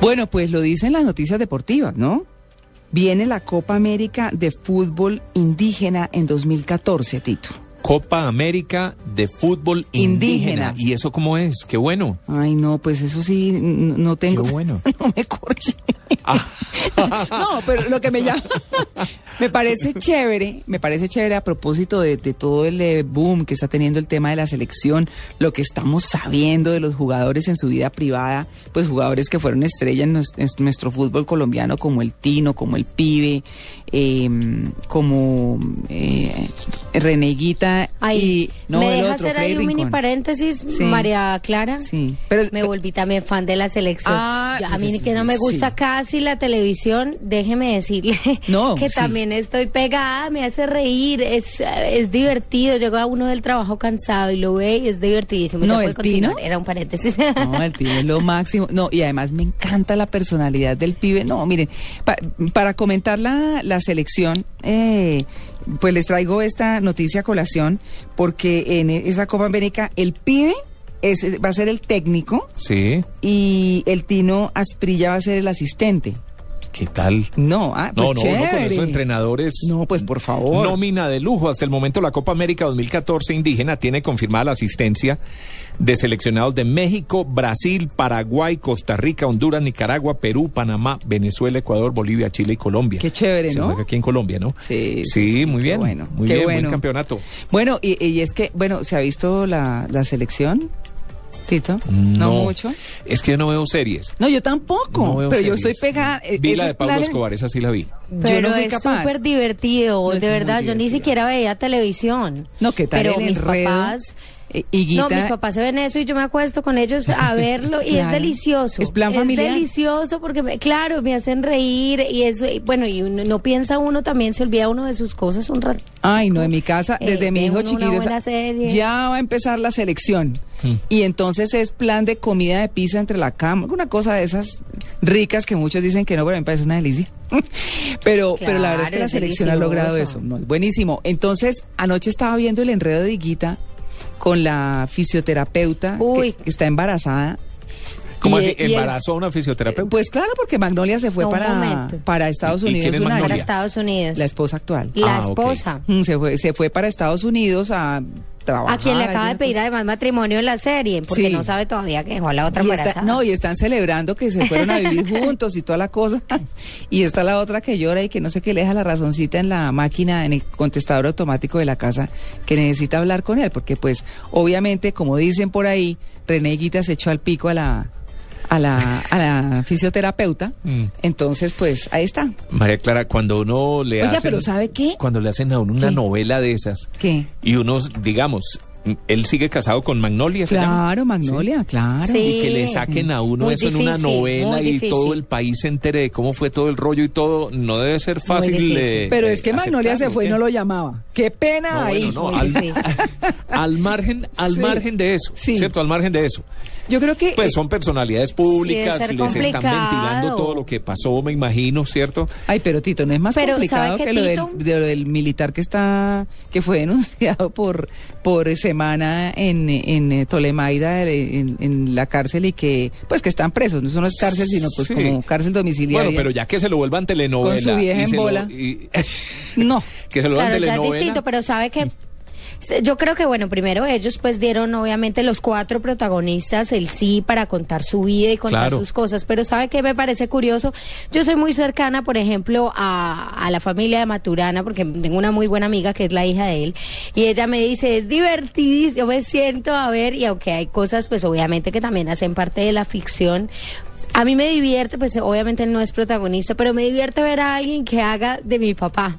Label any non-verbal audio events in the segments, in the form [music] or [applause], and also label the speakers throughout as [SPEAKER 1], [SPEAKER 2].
[SPEAKER 1] Bueno, pues lo dicen las noticias deportivas, ¿no? Viene la Copa América de Fútbol Indígena en 2014, Tito.
[SPEAKER 2] Copa América de Fútbol Indígena.
[SPEAKER 1] Indígena.
[SPEAKER 2] ¿Y eso cómo es? Qué bueno.
[SPEAKER 1] Ay, no, pues eso sí, n- no tengo.
[SPEAKER 2] Qué bueno.
[SPEAKER 1] [laughs] No me corché. [laughs] no, pero lo que me llama. me parece chévere, me parece chévere a propósito de, de todo el eh, boom que está teniendo el tema de la selección, lo que estamos sabiendo de los jugadores en su vida privada, pues jugadores que fueron estrella en, nues- en nuestro fútbol colombiano, como el Tino, como el Pibe, eh, como eh, Reneguita. y,
[SPEAKER 3] Ahí,
[SPEAKER 1] no,
[SPEAKER 3] ¿Me
[SPEAKER 1] el otro,
[SPEAKER 3] deja hacer ahí
[SPEAKER 1] Freddy
[SPEAKER 3] un mini
[SPEAKER 1] Rincón.
[SPEAKER 3] paréntesis,
[SPEAKER 1] Sí.
[SPEAKER 3] María Clara?
[SPEAKER 1] Sí, pero-
[SPEAKER 3] me volví también fan de la selección.
[SPEAKER 1] Ah,
[SPEAKER 3] Yo- a
[SPEAKER 1] pues
[SPEAKER 3] mí
[SPEAKER 1] eso
[SPEAKER 3] que no
[SPEAKER 1] sí,
[SPEAKER 3] me gusta
[SPEAKER 1] sí.
[SPEAKER 3] casi la televisión, déjeme decirle
[SPEAKER 1] [laughs] No,
[SPEAKER 3] que
[SPEAKER 1] sí.
[SPEAKER 3] también estoy pegada, me hace reír, es, es divertido. Llego a uno del trabajo cansado y lo ve y es divertidísimo.
[SPEAKER 1] No,
[SPEAKER 3] Ya puede
[SPEAKER 1] ¿el Tino?
[SPEAKER 3] continuar, Era un paréntesis.
[SPEAKER 1] No, el pibe es lo máximo. No, y además me encanta la personalidad del pibe. No, miren, pa- para comentar la, la selección, eh, pues les traigo esta noticia a colación, porque en e- esa Copa América el pibe es, va a ser el técnico
[SPEAKER 2] Sí.
[SPEAKER 1] y el Tino Asprilla va a ser el asistente.
[SPEAKER 2] ¿Qué tal?
[SPEAKER 1] No, ah, pues
[SPEAKER 2] no, no, no, con
[SPEAKER 1] chévere.
[SPEAKER 2] esos entrenadores.
[SPEAKER 1] No, pues por favor.
[SPEAKER 2] Nómina de lujo. Hasta el momento la Copa América 2014 indígena tiene confirmada la asistencia de seleccionados de México, Brasil, Paraguay, Costa Rica, Honduras, Nicaragua, Perú, Panamá, Venezuela, Ecuador, Bolivia, Chile y Colombia.
[SPEAKER 1] Qué chévere,
[SPEAKER 2] Se
[SPEAKER 1] ¿no?
[SPEAKER 2] juega Aquí en Colombia, ¿no?
[SPEAKER 1] Sí, sí,
[SPEAKER 2] Sí,
[SPEAKER 1] sí,
[SPEAKER 2] muy
[SPEAKER 1] qué
[SPEAKER 2] bien.
[SPEAKER 1] bueno,
[SPEAKER 2] muy
[SPEAKER 1] qué
[SPEAKER 2] bien, buen
[SPEAKER 1] bueno.
[SPEAKER 2] campeonato.
[SPEAKER 1] Bueno, y, y es que, bueno, ¿se ha visto la, la selección, Tito?
[SPEAKER 2] Mm,
[SPEAKER 1] mucho.
[SPEAKER 2] Es que yo no veo series.
[SPEAKER 1] No, yo tampoco.
[SPEAKER 2] No veo
[SPEAKER 1] pero yo estoy
[SPEAKER 2] series.
[SPEAKER 1] pegada. eh,
[SPEAKER 2] Vi la
[SPEAKER 1] esos
[SPEAKER 2] de Pablo
[SPEAKER 1] planes-
[SPEAKER 2] Escobar, esa sí la vi.
[SPEAKER 3] [laughs] Pero
[SPEAKER 1] yo no fui
[SPEAKER 3] es
[SPEAKER 1] capaz.
[SPEAKER 3] súper divertido,
[SPEAKER 1] No, es
[SPEAKER 3] de
[SPEAKER 1] muy
[SPEAKER 3] verdad, yo ni
[SPEAKER 1] divertido.
[SPEAKER 3] siquiera veía televisión.
[SPEAKER 1] No, ¿qué tal
[SPEAKER 3] Pero
[SPEAKER 1] el
[SPEAKER 3] mis
[SPEAKER 1] enredo?
[SPEAKER 3] papás...
[SPEAKER 1] Eh, Higuita-
[SPEAKER 3] No, mis papás se ven eso y yo me acuesto con
[SPEAKER 1] [laughs]
[SPEAKER 3] ellos a verlo y es
[SPEAKER 1] Claro.
[SPEAKER 3] delicioso.
[SPEAKER 1] Es plan familiar.
[SPEAKER 3] Es delicioso porque, me- claro, me hacen reír y eso, y bueno, y uno- no piensa uno también, se olvida uno de sus cosas un rato.
[SPEAKER 1] Ay, no, en mi casa,
[SPEAKER 3] Eh,
[SPEAKER 1] desde mi
[SPEAKER 3] ve
[SPEAKER 1] hijo
[SPEAKER 3] uno una
[SPEAKER 1] chiquito,
[SPEAKER 3] buena
[SPEAKER 1] esa-
[SPEAKER 3] serie.
[SPEAKER 1] ya va a empezar la selección.
[SPEAKER 2] Mm.
[SPEAKER 1] Y entonces es plan de comida de pizza entre la cama, una cosa de esas ricas que muchos dicen que no, pero a mí me parece una delicia. [laughs] pero, pero la verdad es que
[SPEAKER 3] Claro,
[SPEAKER 1] la
[SPEAKER 3] es
[SPEAKER 1] selección ha logrado
[SPEAKER 3] delicioso.
[SPEAKER 1] eso. No, es buenísimo. Entonces, anoche estaba viendo el enredo de Higuita con la fisioterapeuta que-
[SPEAKER 3] Uy.
[SPEAKER 1] que está embarazada.
[SPEAKER 2] ¿Cómo
[SPEAKER 1] Y-
[SPEAKER 2] así?
[SPEAKER 1] y es-
[SPEAKER 2] ¿Embarazó a una fisioterapeuta?
[SPEAKER 1] Pues claro, porque Magnolia se fue
[SPEAKER 3] No, un
[SPEAKER 1] para,
[SPEAKER 3] momento.
[SPEAKER 1] para Estados
[SPEAKER 2] ¿Y- y
[SPEAKER 1] Unidos
[SPEAKER 2] quién es
[SPEAKER 1] un año.
[SPEAKER 3] Para
[SPEAKER 2] Magnolia?
[SPEAKER 3] Estados Unidos.
[SPEAKER 1] La esposa actual.
[SPEAKER 3] La
[SPEAKER 2] Ah, ok.
[SPEAKER 3] esposa.
[SPEAKER 1] Mm, Se fue, se fue para Estados Unidos a trabajar.
[SPEAKER 3] A quien le acaba
[SPEAKER 1] allá,
[SPEAKER 3] de pedir además matrimonio en la serie, porque
[SPEAKER 1] Sí.
[SPEAKER 3] no sabe todavía que dejó a la otra
[SPEAKER 1] Y está-
[SPEAKER 3] embarazada.
[SPEAKER 1] no, y están celebrando que se fueron a
[SPEAKER 3] [laughs]
[SPEAKER 1] vivir juntos y toda la cosa. Y está la otra que llora y que no sé qué le deja la razoncita en la máquina, en el contestador automático de la casa, que necesita hablar con él. Porque, pues, obviamente, como dicen por ahí, René Guita se echó al pico a la, a la, a la fisioterapeuta.
[SPEAKER 2] Mm.
[SPEAKER 1] Entonces, pues, ahí está.
[SPEAKER 2] María Clara, cuando uno le
[SPEAKER 1] Oiga,
[SPEAKER 2] hacen-
[SPEAKER 1] pero ¿sabe qué?
[SPEAKER 2] Cuando le hacen a uno una
[SPEAKER 1] ¿Qué?
[SPEAKER 2] novela de esas.
[SPEAKER 1] ¿Qué?
[SPEAKER 2] Y uno, digamos, él sigue casado con Magnolia, ¿se llama?
[SPEAKER 1] Claro, Magnolia, claro.
[SPEAKER 3] Sí.
[SPEAKER 2] Y que le saquen a uno
[SPEAKER 3] Muy
[SPEAKER 2] eso en una
[SPEAKER 3] difícil,
[SPEAKER 2] novela
[SPEAKER 3] muy
[SPEAKER 2] y
[SPEAKER 3] difícil.
[SPEAKER 2] todo el país se entere de cómo fue todo el rollo y todo, no debe ser fácil.
[SPEAKER 3] difícil.
[SPEAKER 2] eh,
[SPEAKER 1] Pero es
[SPEAKER 2] eh,
[SPEAKER 1] que Magnolia se
[SPEAKER 2] aceptarlo,
[SPEAKER 1] fue y
[SPEAKER 2] ¿qué?
[SPEAKER 1] no lo llamaba. ¡Qué pena
[SPEAKER 2] No,
[SPEAKER 1] ahí!
[SPEAKER 2] bueno, no,
[SPEAKER 3] muy
[SPEAKER 2] al,
[SPEAKER 3] difícil.
[SPEAKER 2] [laughs] al margen, al
[SPEAKER 1] Sí.
[SPEAKER 2] margen de eso,
[SPEAKER 1] Sí.
[SPEAKER 2] ¿cierto? Al margen de eso.
[SPEAKER 1] Yo creo que eh,
[SPEAKER 2] Pues son personalidades públicas,
[SPEAKER 3] ser
[SPEAKER 2] les están ventilando
[SPEAKER 3] complicado.
[SPEAKER 2] todo lo que pasó, me imagino, ¿cierto?
[SPEAKER 1] Ay, pero Tito, no es más
[SPEAKER 3] Pero,
[SPEAKER 1] complicado
[SPEAKER 3] ¿sabe qué,
[SPEAKER 1] que lo del,
[SPEAKER 3] Tito?
[SPEAKER 1] de lo del militar que está que fue [laughs] denunciado por por semana en, en eh, Tolemaida eh, en, en la cárcel y que pues que están presos, no son las cárceles sino pues
[SPEAKER 2] Sí.
[SPEAKER 1] como cárcel domiciliaria.
[SPEAKER 2] Bueno, pero ya que se lo vuelvan telenovela.
[SPEAKER 1] Con su vieja
[SPEAKER 2] y
[SPEAKER 1] en
[SPEAKER 2] se lo-
[SPEAKER 1] bola.
[SPEAKER 2] y- [laughs]
[SPEAKER 1] no.
[SPEAKER 2] que se lo
[SPEAKER 3] Claro,
[SPEAKER 2] dan
[SPEAKER 3] ya es
[SPEAKER 2] telenovela.
[SPEAKER 3] distinto, pero sabe que yo creo que bueno, primero ellos pues dieron obviamente los cuatro protagonistas el sí para contar su vida y contar
[SPEAKER 2] Claro.
[SPEAKER 3] sus cosas, pero sabe que me parece curioso, yo soy muy cercana, por ejemplo, a, a la familia de Maturana porque tengo una muy buena amiga que es la hija de él y ella me dice, "Es divertidísimo, yo me siento a ver y aunque hay cosas pues obviamente que también hacen parte de la ficción, a A mí me divierte, pues obviamente él no es protagonista, pero me divierte ver a alguien que haga de mi papá.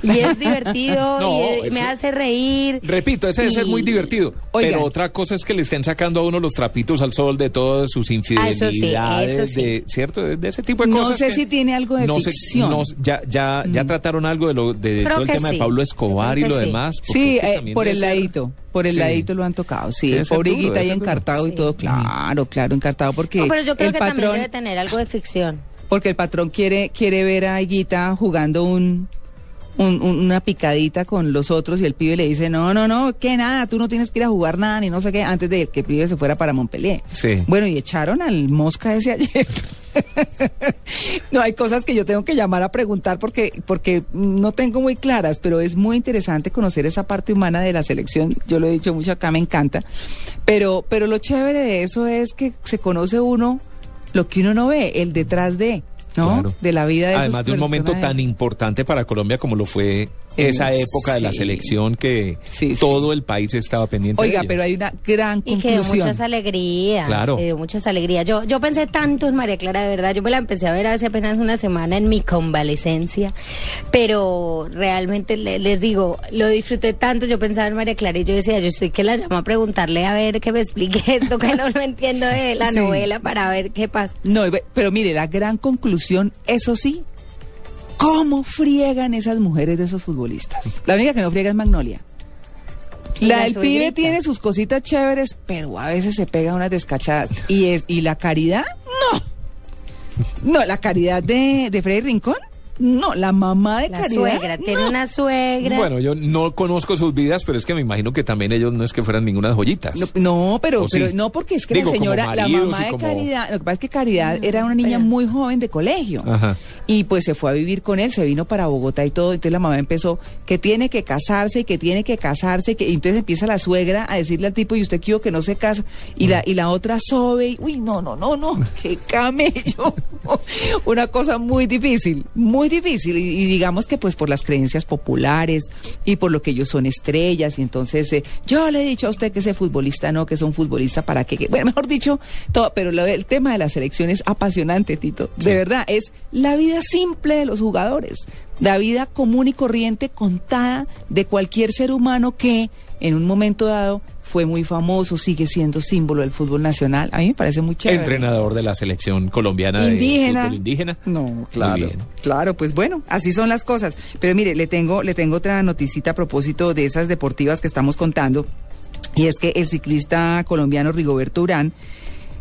[SPEAKER 3] Y es divertido,
[SPEAKER 2] No,
[SPEAKER 3] y, eh,
[SPEAKER 2] eso-
[SPEAKER 3] me hace reír.
[SPEAKER 2] Repito, ese debe ser
[SPEAKER 3] Y-
[SPEAKER 2] muy divertido.
[SPEAKER 1] Oiga.
[SPEAKER 2] Pero otra cosa es que le estén sacando a uno los trapitos al sol de todas sus infidelidades,
[SPEAKER 3] Ah, eso sí.
[SPEAKER 2] de, ¿cierto? De, de ese tipo de
[SPEAKER 1] No
[SPEAKER 2] Pues, cosas.
[SPEAKER 1] sé
[SPEAKER 2] que-
[SPEAKER 1] si tiene algo de
[SPEAKER 2] no sé-
[SPEAKER 1] ficción.
[SPEAKER 2] no- ya, ya, ya trataron algo de, lo, de
[SPEAKER 3] Mm. Creo
[SPEAKER 2] todo el
[SPEAKER 3] que
[SPEAKER 2] tema
[SPEAKER 3] sí.
[SPEAKER 2] de Pablo Escobar y
[SPEAKER 3] Creo que
[SPEAKER 2] lo
[SPEAKER 3] sí.
[SPEAKER 2] demás. porque
[SPEAKER 1] Sí,
[SPEAKER 2] es que
[SPEAKER 1] eh,
[SPEAKER 2] también
[SPEAKER 1] por
[SPEAKER 2] debe
[SPEAKER 1] el
[SPEAKER 2] ser-
[SPEAKER 1] ladito, por el
[SPEAKER 2] Sí.
[SPEAKER 1] ladito lo han tocado, sí,
[SPEAKER 2] Debe
[SPEAKER 1] el
[SPEAKER 2] ser
[SPEAKER 1] pobre
[SPEAKER 2] duro,
[SPEAKER 1] Higuita
[SPEAKER 2] debe
[SPEAKER 1] ahí
[SPEAKER 2] ser duro.
[SPEAKER 1] encartado y
[SPEAKER 3] Sí.
[SPEAKER 1] todo, claro, claro, encartado, porque
[SPEAKER 3] No, pero yo creo
[SPEAKER 1] el
[SPEAKER 3] que también
[SPEAKER 1] patrón,
[SPEAKER 3] debe tener algo de ficción.
[SPEAKER 1] porque el patrón quiere, quiere ver a Higuita jugando un, un- un- una picadita con los otros y el pibe le dice, no, no, no, que nada, tú no tienes que ir a jugar nada, ni no sé qué, antes de que el pibe se fuera para Montpellier.
[SPEAKER 2] Sí.
[SPEAKER 1] Bueno, y echaron al mosca ese [laughs] ayer. No, hay cosas que yo tengo que llamar a preguntar porque, porque no tengo muy claras, pero es muy interesante conocer esa parte humana de la selección. Yo lo he dicho mucho acá, me encanta. Pero, pero lo chévere de eso es que se conoce uno lo que uno no ve, el detrás de, ¿no?
[SPEAKER 2] Claro.
[SPEAKER 1] De la vida de esos
[SPEAKER 2] Además de un momento
[SPEAKER 1] personajes.
[SPEAKER 2] tan importante para Colombia como lo fue
[SPEAKER 1] Eh,
[SPEAKER 2] esa época de la
[SPEAKER 1] sí.
[SPEAKER 2] selección que
[SPEAKER 1] Sí, sí.
[SPEAKER 2] todo el país estaba pendiente. de
[SPEAKER 1] Oiga,
[SPEAKER 2] ella.
[SPEAKER 1] pero hay una gran
[SPEAKER 3] Y que dio
[SPEAKER 1] conclusión.
[SPEAKER 3] muchas alegrías.
[SPEAKER 2] Claro.
[SPEAKER 3] Que dio muchas alegrías. Yo, yo pensé tanto en María Clara, de verdad. Yo me la empecé a ver hace apenas una semana en mi convalecencia. Pero realmente le- les digo, lo disfruté tanto. Yo pensaba en María Clara y yo decía, yo estoy que la llamo a preguntarle a ver que me explique [laughs] esto, que no lo entiendo de la
[SPEAKER 1] Sí.
[SPEAKER 3] novela para ver qué pasa.
[SPEAKER 1] No, y ve- pero mire, la gran conclusión, eso sí, ¿cómo friegan esas mujeres de esos futbolistas? La única que no friega es Magnolia.
[SPEAKER 3] Y
[SPEAKER 1] La
[SPEAKER 3] la
[SPEAKER 1] del pibe
[SPEAKER 3] suegrita.
[SPEAKER 1] tiene sus cositas chéveres, pero a veces se pega unas descachadas. ¿Y, es, y la caridad? No. No, la caridad de, de Freddy Rincón? No, la mamá de
[SPEAKER 3] La
[SPEAKER 1] caridad.
[SPEAKER 3] suegra, tiene
[SPEAKER 1] no.
[SPEAKER 3] una suegra.
[SPEAKER 2] Bueno, yo no conozco sus vidas, pero es que me imagino que también ellos no es que fueran ninguna joyitas.
[SPEAKER 1] No, pues, no, pero,
[SPEAKER 2] ¿O sí?
[SPEAKER 1] pero no porque es que
[SPEAKER 2] Digo,
[SPEAKER 1] la
[SPEAKER 2] como
[SPEAKER 1] señora, la
[SPEAKER 2] maridos
[SPEAKER 1] mamá
[SPEAKER 2] y
[SPEAKER 1] de
[SPEAKER 2] como-
[SPEAKER 1] Caridad, lo que pasa es que Caridad era una niña
[SPEAKER 3] pero-
[SPEAKER 1] muy joven de colegio
[SPEAKER 2] Ajá.
[SPEAKER 1] y pues se fue a vivir con él, se vino para Bogotá y todo, entonces la mamá empezó que tiene que casarse y que tiene que casarse, y que y entonces empieza la suegra a decirle al tipo y usted quiso que no se casa y la y la otra sobe, y, uy no no no no, [laughs] qué camello, [laughs] una cosa muy difícil, muy difícil y, y digamos que pues por las creencias populares y por lo que ellos son estrellas y entonces eh, yo le he dicho a usted que ese futbolista no, que es un futbolista para que, que- bueno, mejor dicho, todo, pero lo- el tema de la selección es apasionante, Tito, de
[SPEAKER 2] Sí.
[SPEAKER 1] verdad, es la vida simple de los jugadores, la vida común y corriente contada de cualquier ser humano que en un momento dado fue muy famoso, sigue siendo símbolo del fútbol nacional, a mí me parece muy chévere.
[SPEAKER 2] Entrenador de la selección colombiana de
[SPEAKER 1] Indígena.
[SPEAKER 2] fútbol indígena. Muy
[SPEAKER 1] No, claro.
[SPEAKER 2] bien.
[SPEAKER 1] Claro, pues bueno, así son las cosas. Pero mire, le tengo, le tengo otra noticita a propósito de esas deportivas que estamos contando. Y es que el ciclista colombiano Rigoberto Urán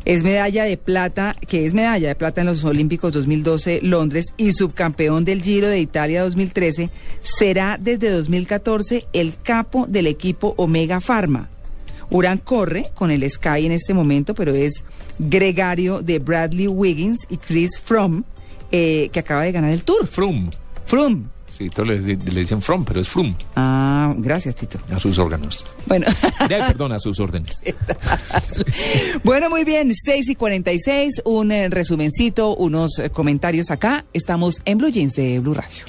[SPEAKER 1] es medalla de plata, que es medalla de plata en los Olímpicos 2012 Londres y subcampeón del Giro de Italia 2013, será desde 2014 el capo del equipo Omega Pharma. Urán corre con el Sky en este momento, pero es gregario de Bradley Wiggins y Chris Fromm, eh, que acaba de ganar el Tour.
[SPEAKER 2] Frum.
[SPEAKER 1] Fromm.
[SPEAKER 2] Sí, todos le, le dicen From, pero es Frum.
[SPEAKER 1] Ah, gracias, Tito.
[SPEAKER 2] A sus órganos.
[SPEAKER 1] [laughs] Bueno.
[SPEAKER 2] De- perdón, a sus órdenes.
[SPEAKER 1] Bueno, muy bien, 6 y 46, un eh, resumencito, unos eh, comentarios acá. Estamos en Blue Jeans de Blue Radio.